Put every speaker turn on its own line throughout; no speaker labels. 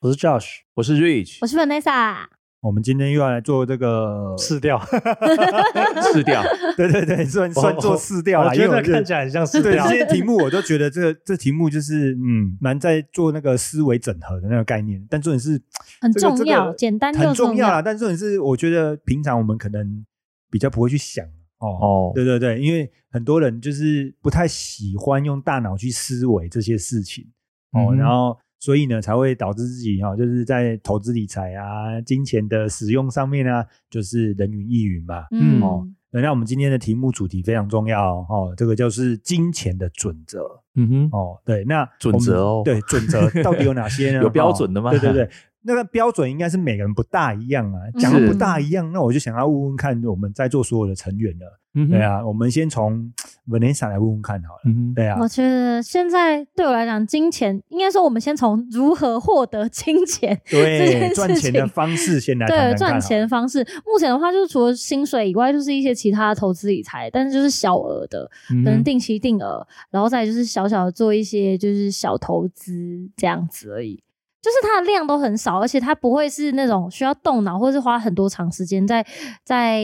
我是 Josh，
我是 Rich，
我是 Vanessa，
我们今天又要来做这个，
吃掉，
吃掉，
对对对，算
我
算做四调啦，
我
因为
觉得
就
看起来很像吃
对
掉
这。些题目，我都觉得这个这题目就是嗯，蛮在做那个思维整合的那个概念，但重点是
很
这个
重
这个
要，简单又
很重要啊
要
啦。。但重点是，我觉得平常我们可能比较不会去想哦。
哦，
对对对，因为很多人就是不太喜欢用大脑去思维这些事情哦，
嗯
然后所以呢才会导致自己哈、哦，就是在投资理财啊、金钱的使用上面啊，就是人云亦云嘛。
嗯，
哦呃那我们今天的题目主题非常重要哦，哦这个就是金钱的准则
嗯哼，
哦。对，那
准
我们
则哦
对，准 则到底有哪些呢？
有标准的吗
哦对对对，那个标准应该是每个人不大一样啊。
嗯
讲的不大一样，那我就想要问问看我们在座所有的成员了。
嗯哼
对，啊，我们先从 Vanessa 来问问看好了。
嗯哼，
对啊
我，觉得现在对我来讲，金钱应该说，我们先从如何获得金 钱，这件
对
事
赚钱的
情
方式先来谈谈
对
看好
赚
了
钱方式。目前的话，就是除了薪水以外，就是一些其他的投资理财，但是就是小额的，
嗯哼
可能定期定额，然后再就是小小的做一些就是小投资这样子而已。就是它的量都很少，而且它不会是那种需要动脑或是花很多长时间在在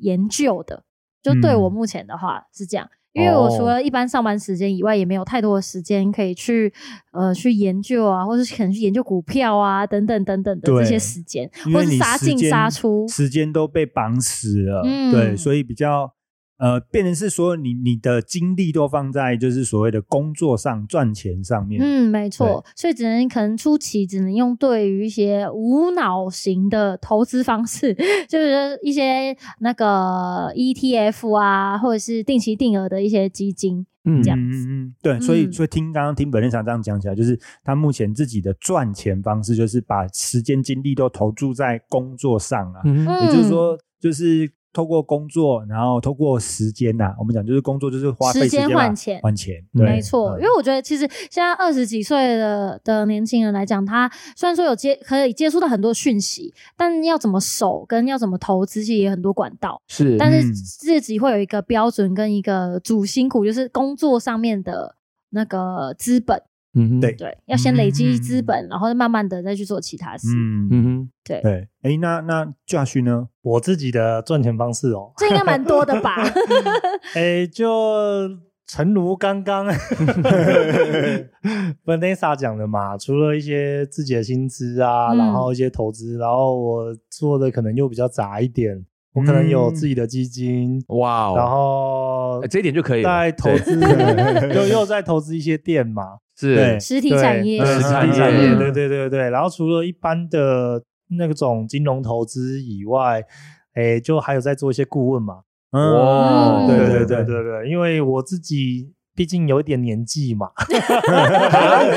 研究的。就对我
嗯哦
目前的话是这样，因为我除了一般上班时间以外，也没有太多的时间可以去呃去研究啊，或者是可能去研究股票啊等等等等的
对
这些时间，
因
或
为
是
你
杀
时
进
间
杀出。
时间都被绑死了，
嗯
对，所以比较呃，变成是说你你的精力都放在就是所谓的工作上、赚钱上面，
嗯，没错，所以只能可能初期只能用对于一些无脑型的投资方式， 就是一些那个 ETF 啊，或者是定期定额的一些基金。
嗯
这样
嗯嗯嗯，对，所以
嗯
所以听刚刚听本人长这样讲起来，就是他目前自己的赚钱方式就是把时间精力都投注在工作上啊，
嗯哼，
也就是说就是。透过工作，然后透过时间呐、我们讲就是工作就是花费
时间
间嘛
换钱
换钱，对，
没错，
嗯
因为我觉得其实现在二十几岁的的年轻人来讲，他虽然说有接可以接触到很多讯息，但要怎么守跟要怎么投资，其实也很多管道。
是，
但是
嗯
自己会有一个标准跟一个主心骨，就是工作上面的那个资本。
嗯哼，
对
对，要先累积
嗯
资本，然后再慢慢的再去做其他事。
嗯，
嗯哼，
对，
对，哎，那那 Josh 呢？
我自己的赚钱方式哦，
这应该蛮多 的吧？
哎，就诚如刚刚 Vanessa 讲的嘛，除了一些自己的薪资啊，
嗯
然后一些投资，然后我做的可能又比较杂一点，我可能
嗯
有自己的基金，
哇哦，
然后
哎这一点就可以了，
在投 资的又又在投资一些店嘛，
对嗯
是，
实体
对
产业，
对
实体
产
产业
业，对对对对。然后除了一般的那种金融投资以外，诶，就还有在做一些顾问嘛。
嗯，
哇，哦
对
对
对
对
对
对对对，因为我自己毕竟有一点年 纪嘛，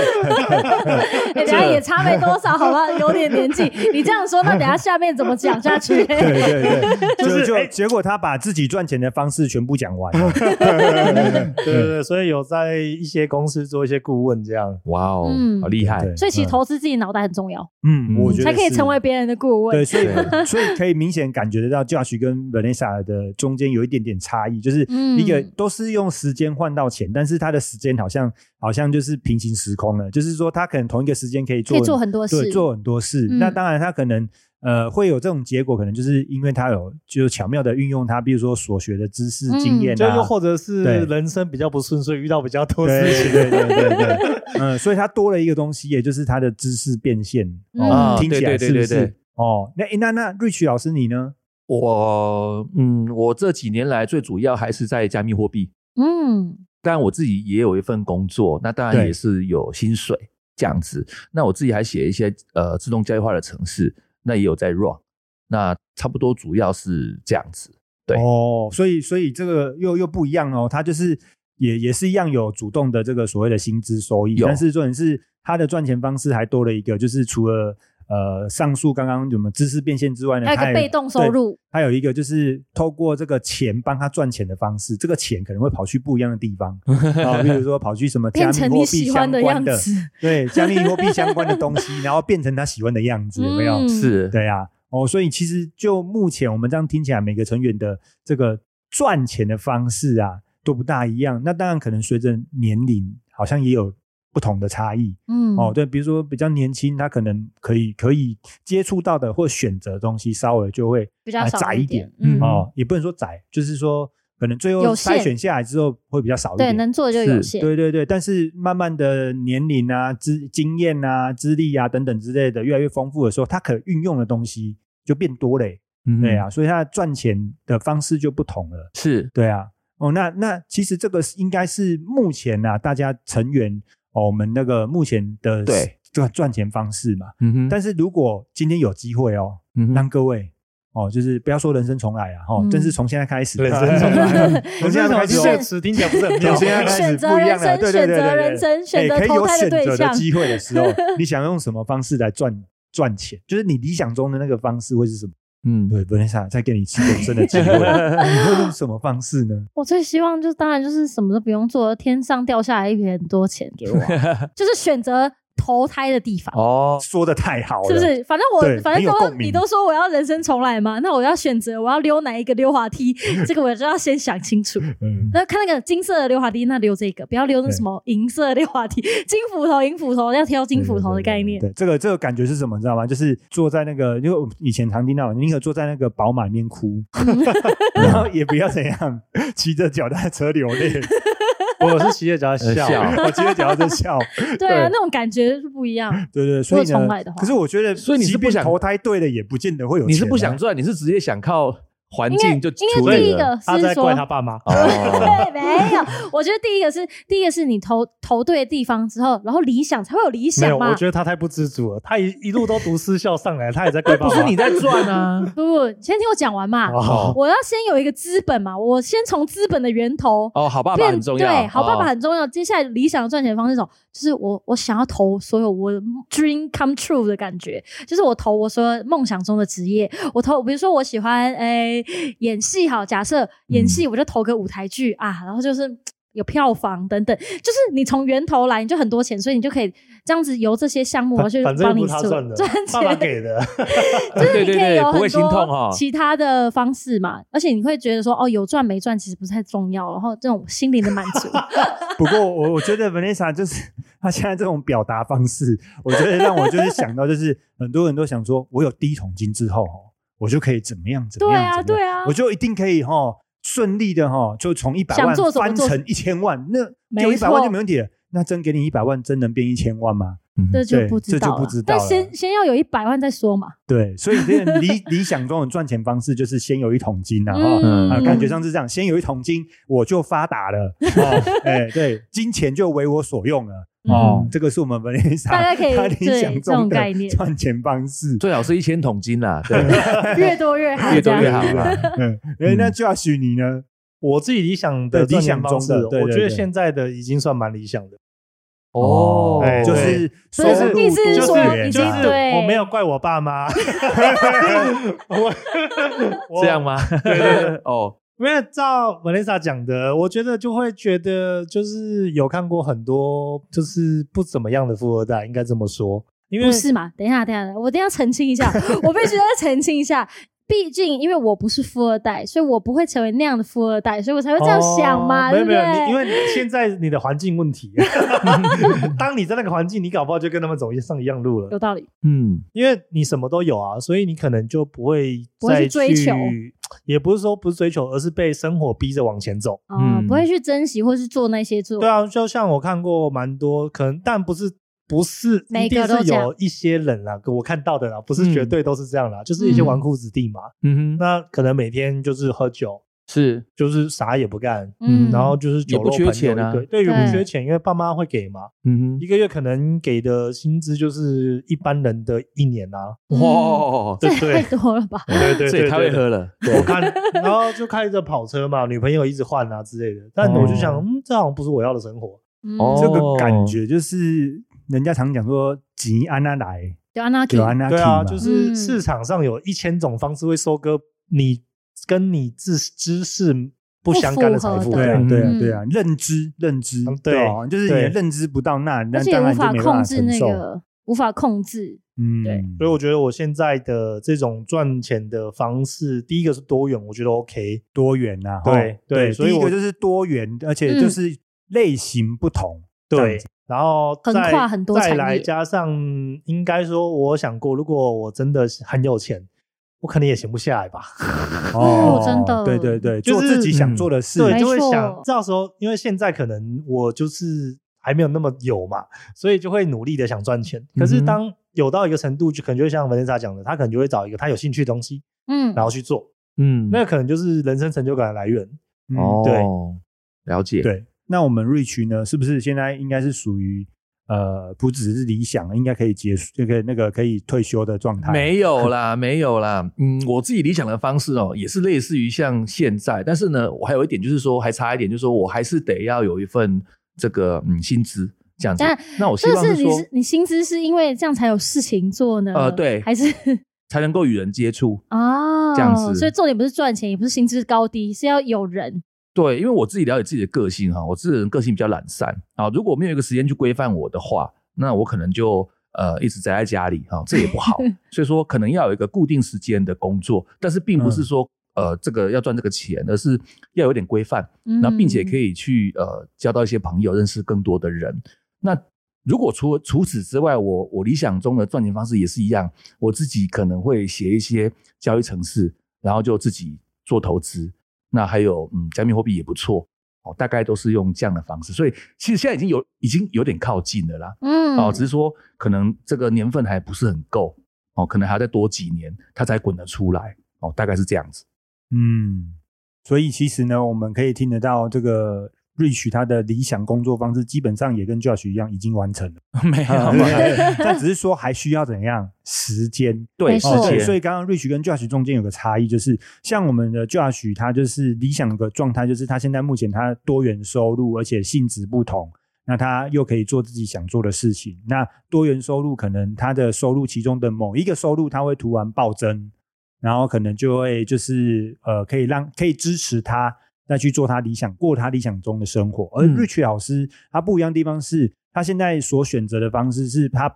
哎等一下也差没多少，好吧，有点年 纪。你这样说，那等一下下面怎么讲下
对
去？
对对，
就是
就
哎
就结果他把自己赚钱的方式全部讲完了，
对对对，所以有在一些公司做一些顾问这样。
哇哦，
嗯
好厉害
对，
所以其实
嗯
投资自己脑袋很重要，
嗯，我觉得
才可以
是
成为别人的顾问
对，。所以
对
所以可以明显感觉得到 Josh 跟 Vanessa 的中间有一点点差异，就是
嗯
一个都是用时间换到钱，但是他的时间好像好像就是平行时空了，就是说他可能同一个时间可以做
可以做很多
对
事，
做很多事。
嗯
那当然他可能。呃，会有这种结果，可能就是因为他有就是巧妙的运用他，比如说所学的知识、
嗯
经验
就
啊，
又或者是
对
人生比较不顺遂，遇到比较多事
对
情，
对对对 对，嗯，所以他多了一个东西，也就是他的知识变现。哦，
嗯
听起来
啊对
是
对
不
对对
是
对？
哦，那诶那那 Rich 老师你呢？
我嗯，我这几年来最主要还是在加密货币，
嗯
当然我自己也有一份工作，那当然
对
也是有薪水这样子。那我自己还写一些呃自动交易化的程式，那也有在 run，那差不多主要是这样子。对
哦，所以所以这个又又不一样哦，他就是也也是一样有主动的这个所谓的薪资收益，
有
但是重点是他的赚钱方式还多了一个，就是除了。呃上述刚刚什么知识变现之外呢，
还有
它
一个被动收，入，
对它有一个就是透过这个钱帮他赚钱的方式，这个钱可能会跑去不一样的地 方啊，比如说跑去什么加密
变
货
成
币
你喜
相
欢
关
样
的，
子，
对加密货币相关的东西，然后变成他喜欢的样子，有没有？
嗯
是，
对啊，哦，所以其实就目前我们这样听起来，每个成员的这个赚钱的方式啊，都不大一样。那当然，可能随着年龄，好像也有不同的差异。
嗯，
哦，对，比如说比较年轻，他可能可以可以接触到的或选择的东西，稍微就会
比较
呃
少
窄一点
点，。嗯，
哦，也不能说窄，就是说可能最后
有限
筛选下来之后会比较少一
对，
点。
能做的就
是
有限，
对对对，但是慢慢的年龄啊、资经验啊、资历啊等等之类的越来越丰富的时候，他可运用的东西就变多嘞、
嗯
对啊，，所以他赚钱的方式就不同了，
是
对啊，哦，那那其实这个是应该是目前啊，大家成员哦，我们那个目前的
对
赚赚钱方式嘛，
嗯哼，
但是如果今天有机会哦，
嗯
让
哼
各位。哦，就是不要说人生重来啊，哦，
嗯
但是从现在开始，
人生重 来
从现在开始
这
哦，
个词听起来不是很妙
从。现在开始
选
不
择
一样了，
人生，
对对
选
对
择人
对对。
生，选
哎
择
可以
投
有
胎
选
对
择
象
的，机会的时 候，你想用什么方式来赚赚钱？就是你理想中的那个方式会是什么？
嗯，
对，本来想再给你一次人生的机会， 你会用什么方式呢？
我最希望就是当然就是什么都不用做，天上掉下来一笔很多钱 给我啊，就是选择投胎的地方。
哦，
说的太好了，
是不？是？反正我
对
反
很
正
有
都
共鸣
你都说我要人生重来嘛，那我要选择我要溜哪一个溜滑梯，这个我就要先想清楚。
嗯，
那看那个金色的溜滑梯，那溜这个，不要溜那什么银色的溜滑梯，金斧头、银斧头要挑金斧头的概念。
对，这个这个感觉是什么？你知道吗？就是坐在那个，因为我以前常听到，宁可坐在那个宝马里面哭， 然后也不要怎样，骑着脚踏车流泪，
我是骑着脚
呃
在笑，
笑
我骑着脚踏车笑。
对啊，那种感觉是不一样。
对对，所以
如果
呢
重来的，话
可是我觉得，
所以你是
即
不
便
想
投胎对了，也不见得会有钱啊。
你是不想赚，你是直接想靠环
因为
境就
因
处
为第
理
一
了。
个
他
是
在
说
怪他爸妈。
哦，
对，没有。我觉得第一个是第一个是你投投对地方之后，然后理想才会有理
没有，
想
我
嘛。，
觉得他太不知足了。他一一路都读私校上来，他也在怪爸
不
妈。
是你在赚啊
不不，先听我讲完嘛。
哦，
我要先有一个资本嘛，我先从资本的源头
哦，好爸爸很重要，
对，好爸爸
哦
很重要。接下来理想的赚钱方式是什么？就是我我想要投所有我 dream come true 的感觉，就是我投我所有梦想中的职业。我投，比如说我喜欢诶、演戏，好，假设演
嗯
戏我就投个舞台剧、啊，然后就是。嘖有票房等等，就是你从源头来，你就很多钱，所以你就可以这样子由这些项目然后去
反正又
帮
不
你
是他
做
赚的
赚，
爸爸
钱。
给 的。
就是
对对
你可以
对
有
不会
很
心痛
多
哦
其他的方式嘛，而且你会觉得说哦，有赚没赚其实不太重要，然后这种心灵的满足，
不过我我觉得 Vanessa 就是她现在这种表达方式，我觉得让我就是想到，就是很多人都想说，我有第一桶金之后哦，我就可以怎么样怎么
对
样，
啊，
怎么样
对啊，
我就一定可以哈、顺利的哈、就从一百万
想做什么
翻
做什
成
么
一千万，那
没
给我一百
错
万就没问题了。那真给你一百万，真能变一千万吗？
这就
对
不知
这就
道了，
不知道
但
了
先先要有一百万再说嘛，
对，所以这 个理理想中的赚钱方式就是先有一桶金然后。
嗯
啊，感觉上是这样，先有一桶金，我就发达 了，哦，哎，对，金钱就为我所用了，哦，
嗯
这个是我们 Vanessa
大家可以
他理
对
想
这种
中
概
的
念
赚钱方 式。
最好是一千桶金 啦，对，
越多越好，
越
这
多
样
越好啦。
嗯，哎，那就要许你呢？
我自己理想的
对理想
赚钱方式
中的对对
我觉得
对
现在的已经算蛮理想的。
哦，
哎
就
对
是收
所以
入
意思是
多
说
元
已
就
经
是
对
我没有怪我爸 妈，我我
这样？吗？对对， 哦，
因为照 Vanessa 讲的，我觉得就会觉得就是有看过很多就是不怎么样的富二代，应该这么说，因为
不是嘛？等一下，等一下，我等一下澄清 一下，我必须要澄清一下。毕竟，因为我不是富二代，所以我不会成为那样的富二代，所以我才会这样想
哦
嘛，
没
对
有
不
没
对？
有，你因为你现在你的环境问 题，当你在那个环境，你搞不好就跟他们走上一样路了
有。道理，
嗯，
因为你什么都有啊，所以你可能就不会
不会
再
去追求
也不是说不是追求，而是被生活逼着往前走。
哦、
嗯
不会去珍惜或是做那些做，
对啊，就像我看过蛮多，可能但不是不是
每
一
个
定
都
是
这样
有一些人啦，我看到的啦，不是绝对都是这样啦，就是一些
嗯
纨绔子弟嘛，
嗯哼，
那可能每天就是喝酒，
是，
就是啥也不干。
嗯
然后就是酒
也不
肉
缺
朋友
钱
一
啊
堆对，也
对
不缺钱，因为爸妈会给嘛，
嗯
一个月可能给的薪资就是一般人的一年 啊，
哼，
嗯
哇，
这
对
也
对
太多了吧？
对对
这也太会喝了，
我看，然后就开着跑车嘛，女朋友一直换啊之类的。但我就想，
哦
嗯，这好像不是我要的生活。
嗯
哦
这个感觉就是人家常讲说“吉安娜来
对啊，那
有安娜
对啊，就是是
嗯
市场上有一千种方式会收割你跟你知知识不相干的财富，
不符合
对
的
啊
嗯，
对啊
嗯，
对啊，认知认知
嗯，对
对啊，就是你
对
的认知不到那，那
而且
当
也无
然就
法
没办
控
法
制
承
那
受。
个，无法控制，
嗯，
对
所以我觉得我现在的这种赚钱的方式，第一个是多元，我觉得 OK。
多元呐，
对
哈
对所以
第一
我
个就是多元，而且就
嗯
是类型不同，这样
对
子，
然后
横
再
跨很多
再
产
来
业
加上，应该说我想过，如果我真的很有钱，我可能也闲不下来吧。
哦真的
对对对，
就
做
是
自己想
嗯
做的事，
对，
没
就会想
错
到时候，因为现在可能我就是还没有那么有嘛，所以就会努力的想赚钱。可是
嗯哼
当有到一个程度，就可能就会像文丽莎讲的，他可能就会找一个他有兴趣的东西，
嗯，
然后去做，
嗯，
那可能就是人生成就感的来源。
嗯
哦，了解，
对，那我们 Rich 呢，是不是现在应该是属于呃，不只是理想，应该可以结束这个那个可以退休的状态？
没有啦， 没有啦。嗯，我自己理想的方式哦，也是类似于像现在，但是呢，我还有一点就是说，还差一点，就是说我还是得要有一份这个嗯薪资这样子
但。
那我希
这
望
是
是
你
说
是你薪资是因为这样才有事情做呢？
呃对
还是。
才能够与人接触
哦，
这样子
所以重点不是赚钱，也不是薪资高低，是要有人。
对，因为我自己了解自己的个性哈，我这个人个性比较懒散啊，如果没有一个时间去规范我的话，那我可能就呃一直宅在家里啊哈，这也不 好。所以说，可能要有一个固定时间的工作，但是并不
嗯
是说、呃这个要赚这个钱，而是要有点规范。
嗯
那并且可以去呃交到一些朋友，认识更多的人。那如果除除此之外，我我理想中的赚钱方式也是一样，我自己可能会写一些交易程式，然后就自己做投资。那还有嗯，加密货币也不错哦，大概都是用这样的方式。所以其实现在已经有已经有点靠近了啦，
嗯
哦，只是说可能这个年份还不是很够哦，可能还要再多几年它才滚得出来哦，大概是这样子。
嗯，所以其实呢，我们可以听得到这个 Rich 他的理想工作方式，基本上也跟 Josh 一样已经完成了，
没有，
但只是说还需要怎样时间。哦
对，
没
时
错
对，
间
所以刚刚 Rich 跟 Josh 中间有个差异，就是像我们的 Josh，他就是理想的状态，就是他现在目前他多元收入，而且性质不同，那他又可以做自己想做的事情。那多元收入可能他的收入其中的某一个收入，他会突然暴增，然后可能就会就是呃，可以让可以支持他再去做他理想过他理想中的生活。而
嗯
Rich 老师他不一样的地方是，他现在所选择的方式是他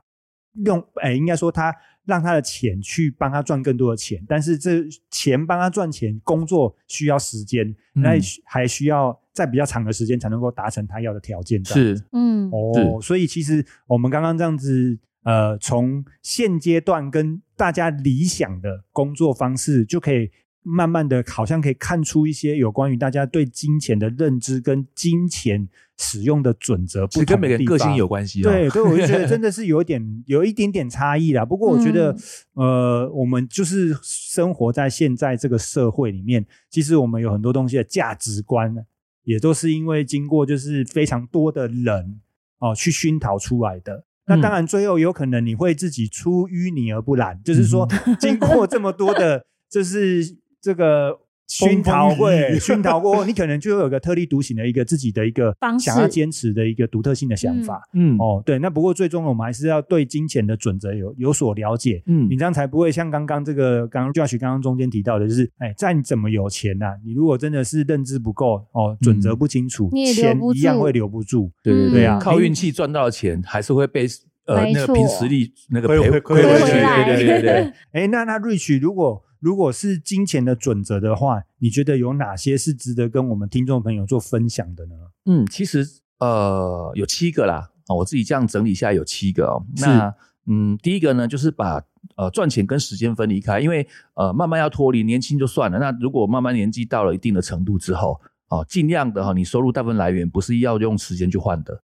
用，哎，应该说他让他的钱去帮他赚更多的钱，但是这钱帮他赚钱，工作需要时间，
嗯
那、还需要在比较长的时间才能够达成他要的条件。这样
是
嗯
哦，所以其实我们刚刚这样子，呃，从现阶段跟大家理想的工作方式，就可以慢慢的，好像可以看出一些有关于大家对金钱的认知跟金钱使用的准则不
其
同
实跟每个
的
人
地
个性
方
有关系、哦。
对，所以我就觉得真的是有一点有一点点差异啦。不过我觉得，呃，我们就是生活在现在这个社会里面，其实我们有很多东西的价值观，也都是因为经过就是非常多的人哦、去熏陶出来的。那当然，最后有可能你会自己出淤泥而不染，就是说经过这么多的，就是这个。熏陶
风风雨
会
雨
熏陶过后，你可能就会有个特立独行的一个自己的一个
方
想要
式
坚持的一个独特性的想
嗯
法。
嗯
哦，对，那不过最终我们还是要对金钱的准则有有所了解，
嗯
你这样才不会像刚刚这个刚刚 Josh 刚刚中间提到的，就是哎，再你怎么有钱呐、你如果真的是认知不够哦，准则不清楚，
嗯你也留
钱
不
一样
住
会留不住。
对对
对啊
靠运气赚到的钱还是会被呃
没
那个
错
凭实力那个
亏
赔
回
亏
亏
回
回
去，
来
对对对对，
哎，那那 Rich 如果如果是金钱的准则的话，你觉得有哪些是值得跟我们听众朋友做分享的呢？
嗯，其实呃有七个啦啊，我自己这样整理下来有七个哦。那嗯，第一个呢就是把呃赚钱跟时间分离开，因为呃慢慢要脱离，年轻就算了，那如果慢慢年纪到了一定的程度之后，哦，尽量的哈、你收入大部分来源不是要用时间去换的，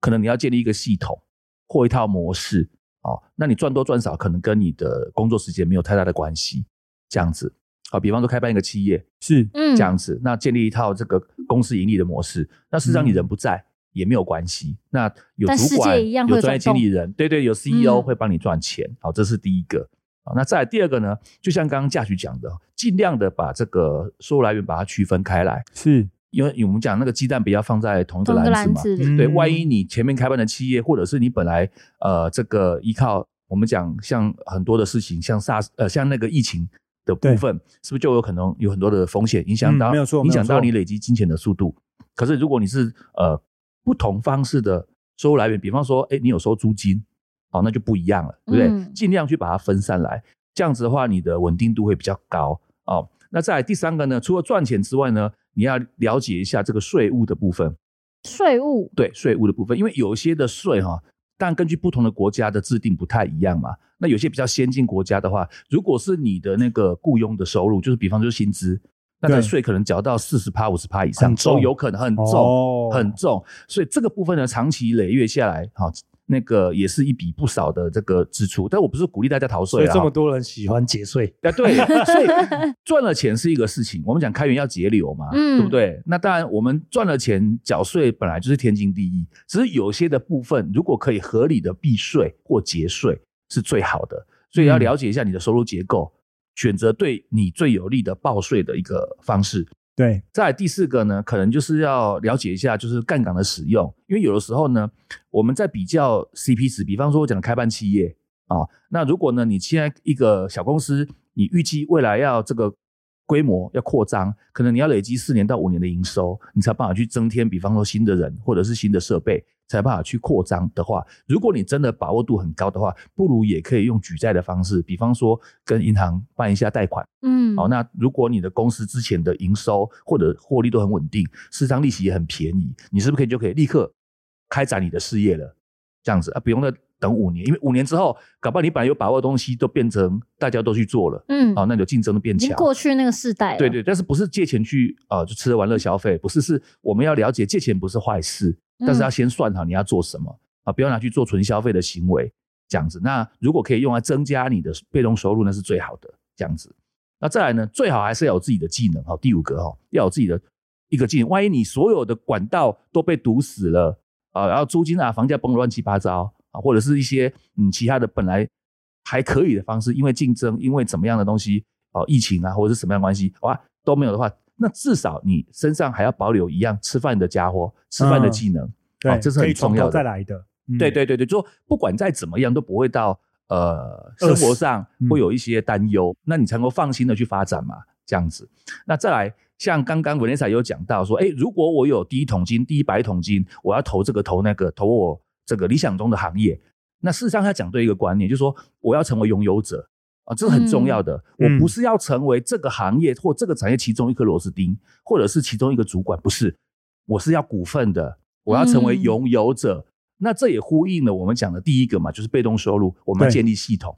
可能你要建立一个系统或一套模式哦。那你赚多赚少，可能跟你的工作时间没有太大的关系，这样子。啊、比方说开办一个企业
是
嗯
这样子，那建立一套这个公司盈利的模式，那事实上你人不在。也没有关系，那有
嗯但
主
世
管
界一样会
有
有
专业经
转动
理人，对对，有 CEO
嗯
会帮你赚钱，好、这是第一个。好，那再来第二个呢，就像刚刚驾许讲的，尽量的把这个收入来源把它区分开来，
是，
因为我们讲那个鸡蛋不要放在同一个
同一个
篮子
篮
嘛。
子里，
嗯
对，万一你前面开办的企业，或者是你本来呃这个依靠我们讲像很多的事情，像 SARS 呃，像那个疫情的部
对
分，是不是就有可能有很多的风险影响
嗯
到、
没有错
影
没
响
有错
到你累积金钱的速度？可是如果你是呃不同方式的收入来源，比方说，哎，你有收租金，哦，那就不一样了，对不对？
嗯
尽量去把它分散来，这样子的话，你的稳定度会比较高哦。那再来第三个呢，除了赚钱之外呢，你要了解一下这个税务的部分。
税务
对税务的部分，因为有些的税哈、但根据不同的国家的制定不太一样嘛。那有些比较先进国家的话，如果是你的那个雇佣的收入，就是比方说薪资，那
对
这税可能缴到四十趴、五十趴以上
很重
都有可能，很重、
哦
很重。所以这个部分呢，长期累月下来，哈、那个也是一笔不少的这个支出。但我不是鼓励大家逃
所
税
以
啊
这，么多人喜欢节税，
啊，对，所以赚了钱是一个事情，我们讲开源要节流 嘛，
嗯
啊对不对？那当然，我们赚了钱缴税本来就是天经地义，只是有些的部分如果可以合理的避税或节税是最好的，所以要了解一下你的收入结构，选择对你最有利的报税的一个方式。
哦
对，
再来第四个呢，可能就是要了解一下就是杠杆的使用，因为有的时候呢，我们在比较 CP 值，比方说我讲的开办企业啊、那如果呢你现在一个小公司，你预计未来要这个规模要扩张，可能你要累积四年到五年的营收，你才有办法去增添，比方说新的人或者是新的设备，才有办法去扩张的话，如果你真的把握度很高的话，不如也可以用举债的方式，比方说跟银行办一下贷款。
嗯
好、那如果你的公司之前的营收或者获利都很稳定，事实上利息也很便宜，你是不是可以就可以立刻开展你的事业了？这样子啊，不用再等五年，因为五年之后，搞不好你本来有把握的东西都变成大家都去做了，
嗯
好、那你的竞争都变
已经
强。
过去那个世代了，
对对，但是不是借钱去啊、呃就吃喝玩乐消费？不是，是我们要了解借钱不是坏事，
嗯，
但是要先算好你要做什么啊，不要拿去做纯消费的行为，这样子。那如果可以用来增加你的被动收入，那是最好的，这样子。那再来呢，最好还是要有自己的技能哈、第五个哈、要有自己的一个技能。万一你所有的管道都被堵死了啊，然后租金啊、房价崩得乱七八糟啊，或者是一些嗯其他的本来还可以的方式，因为竞争，因为怎么样的东西哦、疫情啊，或者是什么样的关系哇都没有的话。那至少你身上还要保留一样吃饭的家伙，吃饭的
嗯
技能，
对，
哦这是
可以
很重
从头
要的
再来的，嗯
对对对对，就说不管再怎么样都不会到呃生活上
嗯
会有一些担忧，那你才能够放心的去发展嘛，这样子。那再来，像刚刚 Vanessa 有讲到说，哎，如果我有第一桶金、第一百桶金，我要投这个投那个，投我这个理想中的行业。那事实上，他讲对一个观念，就是说我要成为拥有者啊，这是很重要的。
嗯
我不是要成为这个行业或这个产业其中一颗螺丝钉，或者是其中一个主管，不是，我是要股份的，我要成为
嗯
拥有者。那这也呼应了我们讲的第一个嘛，就是被动收入，我们要
对
建立系统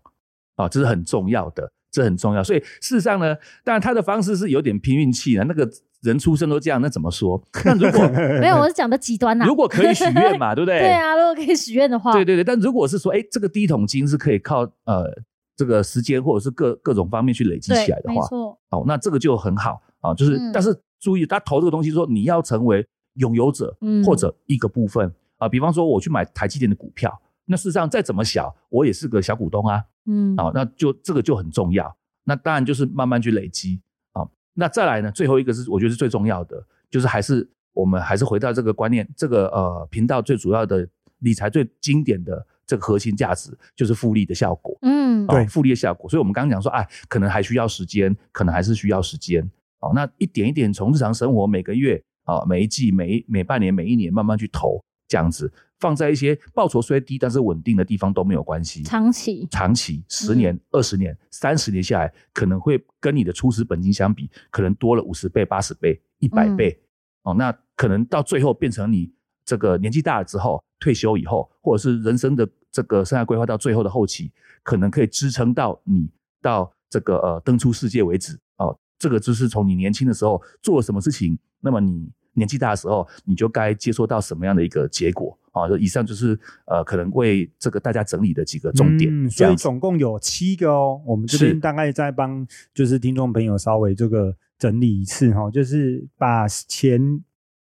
啊，这是很重要的，这很重要。所以事实上呢，当然他的方式是有点拼运气啊的，那个人出生都这样，那怎么说？那如 果
没有，我是讲的极端呐。
如果可以许愿嘛，对不对？
对啊，如果可以许愿的话，
对对对，但如果是说，哎，这个第一桶金是可以靠呃这个时间或者是各各种方面去累积
对
起来的
没
话，
错，
哦，那这个就很好啊。就是，
嗯
但是注意，他投这个东西说你要成为拥有者，
嗯
或者一个部分啊。比方说，我去买台积电的股票，那事实上再怎么小，我也是个小股东啊。
嗯，
好、那就这个就很重要。那当然就是慢慢去累积啊、那再来呢，最后一个是我觉得是最重要的，就是还是我们还是回到这个观念，这个呃频道最主要的理财最经典的这个核心价值就是复利的效果。
嗯，
哦
对
复利的效果。所以我们刚刚讲说，哎，可能还需要时间，可能还是需要时间。哦，那一点一点从日常生活每个月啊、哦每一季、每一每半年、每一年慢慢去投，这样子放在一些报酬虽低但是稳定的地方都没有关系。
长嗯期，
长期十年、二十年、三十年下来，可能会跟你的初始本金相比，可能多了五十倍、八十倍、一百
嗯
倍、哦。那可能到最后变成你这个年纪大了之后，退休以后，或者是人生的这个生涯规划到最后的后期，可能可以支撑到你到这个呃登出世界为止哦。这个就是从你年轻的时候做了什么事情，那么你年纪大的时候，你就该接受到什么样的一个结果啊、就以上就是呃可能为这个大家整理的几个重点，
嗯
这
所以
样子。
总共有七个哦，我们这边
是
大概再帮就是听众朋友稍微这个整理一次哈、哦，就是把钱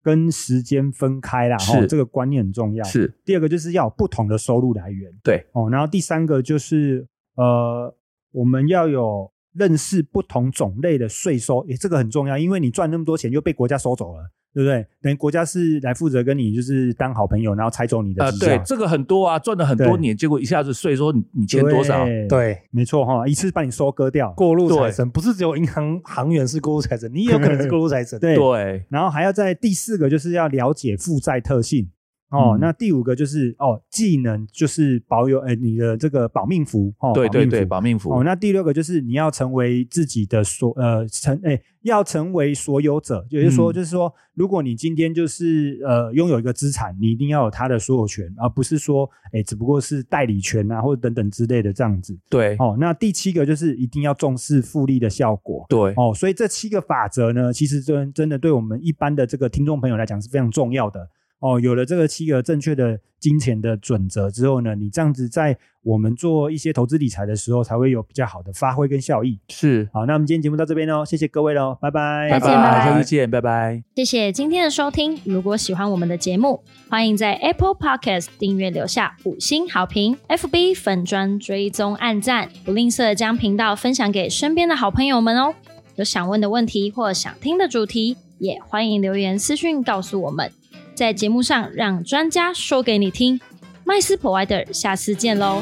跟时间分开啦哈、
是
这个观念很重要。
是
第二个就是要有不同的收入来源，
对
哦，然后第三个就是呃，我们要有认识不同种类的税收，诶，这个很重要，因为你赚那么多钱又被国家收走了，对不对？等于国家是来负责跟你就是当好朋友，然后拆走你的
呃，
绩效。
对，这个很多啊，赚了很多
对
年，结果一下子税说你你欠多少，
对，
对，
没错哈，一次把你收割掉，
过路财
对
神不是只有银行行员是过路财神，你也有可能是过路财神。
对
对，
然后还要在第四个就是要了解负债特性哦。
嗯
那第五个就是哦，技能就是保有呃你的这个保命符哦，
对对对，
保命符。
保命符
哦，，那第六个就是你要成为自己的所呃成哎、要成为所有者，也就是说，
嗯
就是说，如果你今天就是呃拥有一个资产，你一定要有它的所有权，而不是说哎、只不过是代理权啊或者等等之类的这样子。
对
哦，那第七个就是一定要重视复利的效果。
对，
哦，所以这七个法则呢，其实真真的对我们一般的这个听众朋友来讲是非常重要的。哦，有了这个七个正确的金钱的准则之后呢，你这样子在我们做一些投资理财的时候，才会有比较好的发挥跟效益。
是，
好，那我们今天节目到这边喽，谢谢各位喽，拜拜，
再见拜拜
下次见，拜拜。
谢谢今天的收听。如果喜欢我们的节目，欢迎在 Apple Podcast 订阅留下五星好评，FB 粉砖追踪按赞，不吝啬将频道分享给身边的好朋友们哦。有想问的问题或想听的主题，也欢迎留言私讯告诉我们，在节目上让专家说给你听。麦斯 Provider，下次见喽。